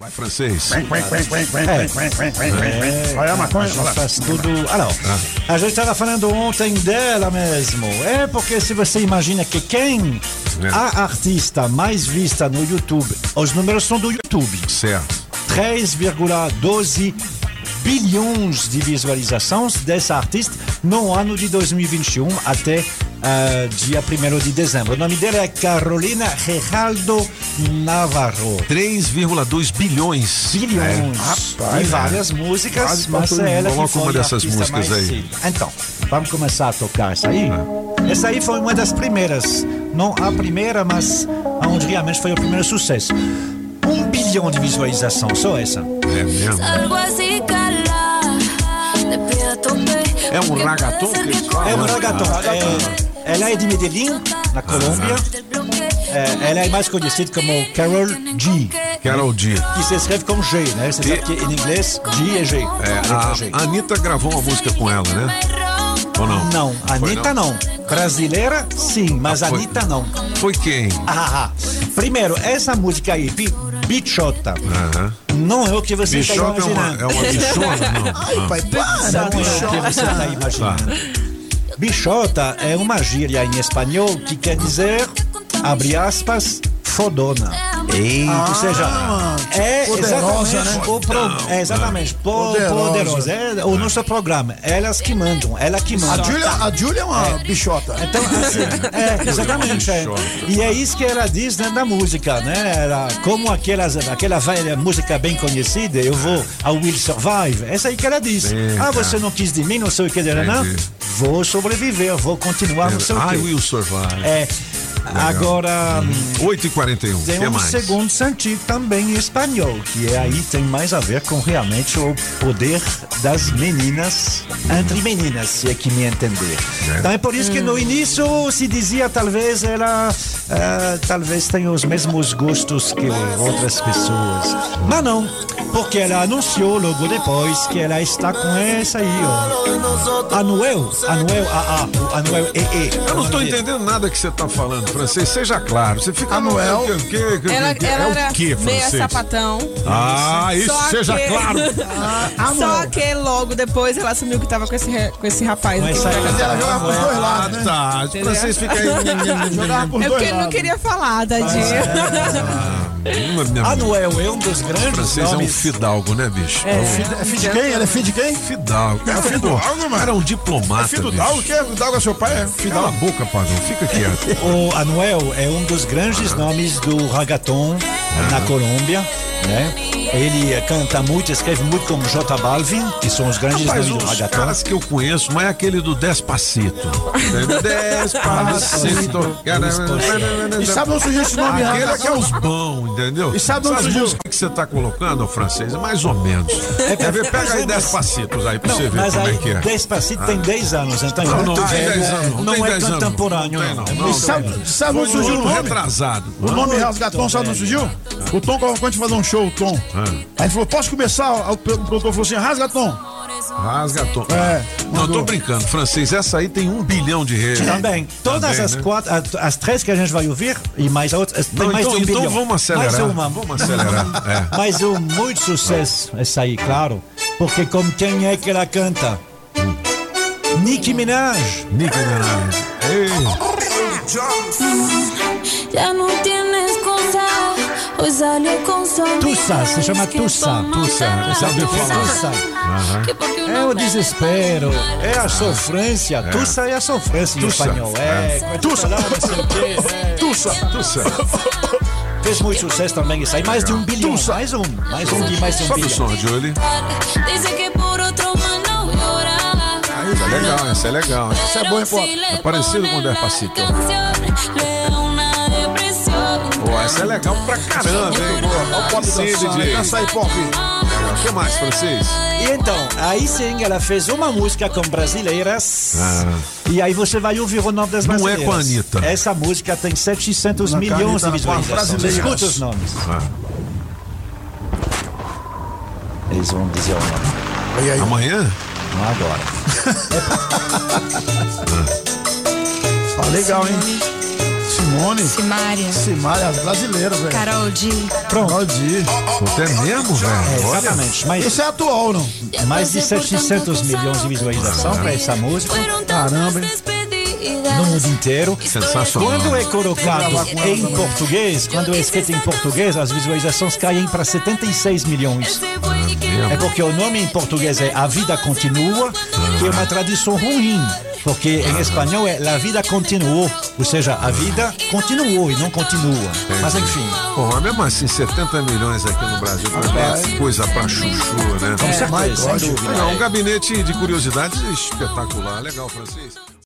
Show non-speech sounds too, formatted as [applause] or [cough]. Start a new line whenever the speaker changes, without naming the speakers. Vai francês.
É.
Olha a maconha,
gente
olha lá.
faz tudo. Ah, não. A gente estava falando ontem dela mesmo. É porque se você imagina que quem
É.
a artista mais vista no YouTube, os números são do YouTube,
Certo.
3,12 bilhões de visualizações dessa artista no ano de 2021 até ah, dia 1 de dezembro. O nome dela é Carolina Geraldo Navarro.
3,2 bilhões.
bilhões e várias músicas,
É, Quase
mas
matou
é ela
Coloca
que foi
uma
a
dessas
artista
músicas
mais
aí.
cedo. Então, vamos começar a tocar essa aí? Essa aí foi uma das primeiras, não a primeira, mas onde realmente foi o primeiro sucesso. Um bilhão de visualização, só essa.
É, é mesmo.
Algo así, cala. De pie a tope.
É um ragatón que eles falam?
É um reggaeton.
Ah,
É, ela é de Medellín, na Colômbia. É, ela é mais conhecida como Carol G,
Carol D.
que se escreve com G, né? Você sabe
E-
que em inglês G é G.
Ah. É,
letra G.
a Anitta gravou uma música com ela, né? Ou não?
Não,
Foi
Anitta não. Brasileira, sim, mas
Ah, foi.
Anitta não.
Foi quem?
Ah, ah, ah. Primeiro, essa música aí, Bi- Bichota,
Aham.
não é o que você está
Bichota é uma,
imaginando.
é uma bichona?
[laughs]
Não. Ah, tá.
Pai,
Não é
para,
o que você está imaginando. Bichota é uma gíria em espanhol que quer dizer, abre aspas, fodona. Ou seja, é
Ah, Poderosa,
exatamente
né?
o pro- é exatamente, po-
Poderosa.
poderosa. É o nosso programa. Elas que mandam, ela que manda.
A Júlia, a Júlia é uma bichota.
Então, assim, é, exatamente. é. E é isso que ela diz dentro da música, né? Ela, como aquelas, aquela velha música bem conhecida, eu vou a Will Survive. Essa aí que ela diz.
Sim,
ah,
tá.
você não quis de mim, não sei o que, não.
Entendi.
Vou sobreviver, vou continuar, não sei é o
I
que.
will survive.
É, agora, hum,
8h41.
tem
que
um
mais?
segundo sentido também em espanhol, que é aí tem mais a ver com realmente o poder das meninas, entre meninas, se é que me entender.
É.
Então é por isso que
Hum.
no início se dizia talvez ela ah, talvez tenha os mesmos gostos que outras pessoas. Mas não, porque ela anunciou logo depois que ela está com essa aí, ó. Anuel, Anuel AA, o Anuel EE.
Eu não tô entendendo nada que você tá falando, francês. Seja claro. Você fica.
Anuel.
O quê, o quê, o quê?
Ela, ela
é o
era
quê,
meia
francês?
sapatão.
Ah, isso,
Só
seja
que- [laughs]
claro.
Só que logo depois ela assumiu que tava com esse, re- com esse rapaz.
Mas
aqui.
sai-
Mas ela jogava pros dois
Ah,
lados, né?
tá. O francês fica aí.
Jogava pros dois
É porque ele não
lados.
queria falar, tadinho.
Ah,
Anuel é um dos grandes
francês é um
nomes.
fidalgo, né, bicho? É, um fidalgo.
É filho de quem? Ele é filho de quem?
Fidalgo.
É fidalgo, mano.
Era um diplomata.
Fidalgo, o
bicho.
que é? Fidalgo é seu pai? É
Cala a
Fidalgo.
boca, Pavão. Fica
[laughs]
quieto.
O Anuel é um dos grandes nomes do reggaeton na Colômbia, né? Ele eh, canta muito, escreve muito como J Balvin, que são os grandes
Mas
nomes do
os
reggaeton.
um caras que eu conheço, mas é aquele do Despacito. Despacito. né,
E sabe onde surgiu esse nome?
Aquele que é
Rafael?
os bons, entendeu?
E sabe onde
Essas
surgiu? É,
músicas que você tá colocando, ô, francês, é mais ou menos. Quer ver? Pega aí Despacitos aí pra
Não,
você ver
mas
como
aí
é que é.
Despacito tem 10 anos, então é
Não,
muito
não tem
velho,
10 anos, não
não
tem
é
10 anos.
contemporâneo.
Não tem, não,
É
não.
E
muito
sabe,
velho.
sabe
Foi
onde surgiu
um
o nome?
retrasado.
O nome Rasgatão, sabe
velho.
onde surgiu? O Tom Cavalcante fazer um show, o Tom. Aí ele falou, posso começar? O produtor falou assim, rasga, Tom.
Rasga to- Ah,
É,
Não, eu tô
mandou.
brincando, francês. Essa aí tem um bilhão de reais.
Também. Todas
Também,
as
né?
quatro, a- as três que a gente vai ouvir e mais outras, tem
Não,
mais
então,
de um
então
bilhão.
vamos acelerar.
Mais uma.
Vamos
[laughs]
acelerar. é.
Mas um muito sucesso, essa aí, claro. Porque como quem é que ela canta? Nicki Minaj.
Nicki Minaj. Ei,
Ya no tienes cosa. Hoy salió con su amiga.
Tusa, se chama
Que
Tusa.
toma
Tusa,
cara.
essa eu ouvi falar.
Tusa.
Que porque
É
una
o
vez-
desespero, é a sofrência. Tussa é a sofrência em
Tussa.
espanhol. É,
Tussa. Tussa.
Tussa.
fez muito sucesso também isso aí. Mais de um bilhão.
Tussa.
Mais um. Mais um de mais de um
Sobe o
bilhão.
som, Julie.
Dice que por otro mano lloraba.
Aí, tá legal, essa é legal.
Isso é bom, hein, pô?
É parecido com o Despacito. Pô, essa é legal pra caramba, hein?
Olha o pop
Sim,
dançando,
DJ.
né? Dança aí, pop.
Ah,
O que mais, francês?
E então, aí sim, ela fez uma música com brasileiras. E aí você vai ouvir o nome das
Ah. Não é
brasileiras.
com a Anitta.
Essa música tem 700
Não é com a
milhões
Anitta,
de
não, com a
visualizações.
brasileiras.
Escuta os nomes. Eles vão dizer o nome.
Aí, aí.
Amanhã?
Não agora. Tá
é.
Ah, legal, hein? Simone.
Simária.
Simária, as brasileiras, velho.
Carol D.
Pronto.
Aldir.
Puta, é mesmo,
É,
velho. Olha.
exatamente. Mas
Isso é atual, não?
mais de 700 milhões de visualização para essa música
Caramba,
no mundo inteiro.
Sensacional.
Quando é colocado em português, quando é escrito em português, as visualizações caem para 76 milhões. É porque o nome em português é A Vida Continua, que é uma tradução ruim. Porque em espanhol é La Vida Continuou, ou seja, a vida continuou e não continua. Mas enfim,
Porra, mesmo assim, 70 milhões aqui no Brasil, é coisa pra chuchu, né?
com Ah, certeza, sem dúvida.
Não, um gabinete de curiosidades espetacular. Legal, Francisco.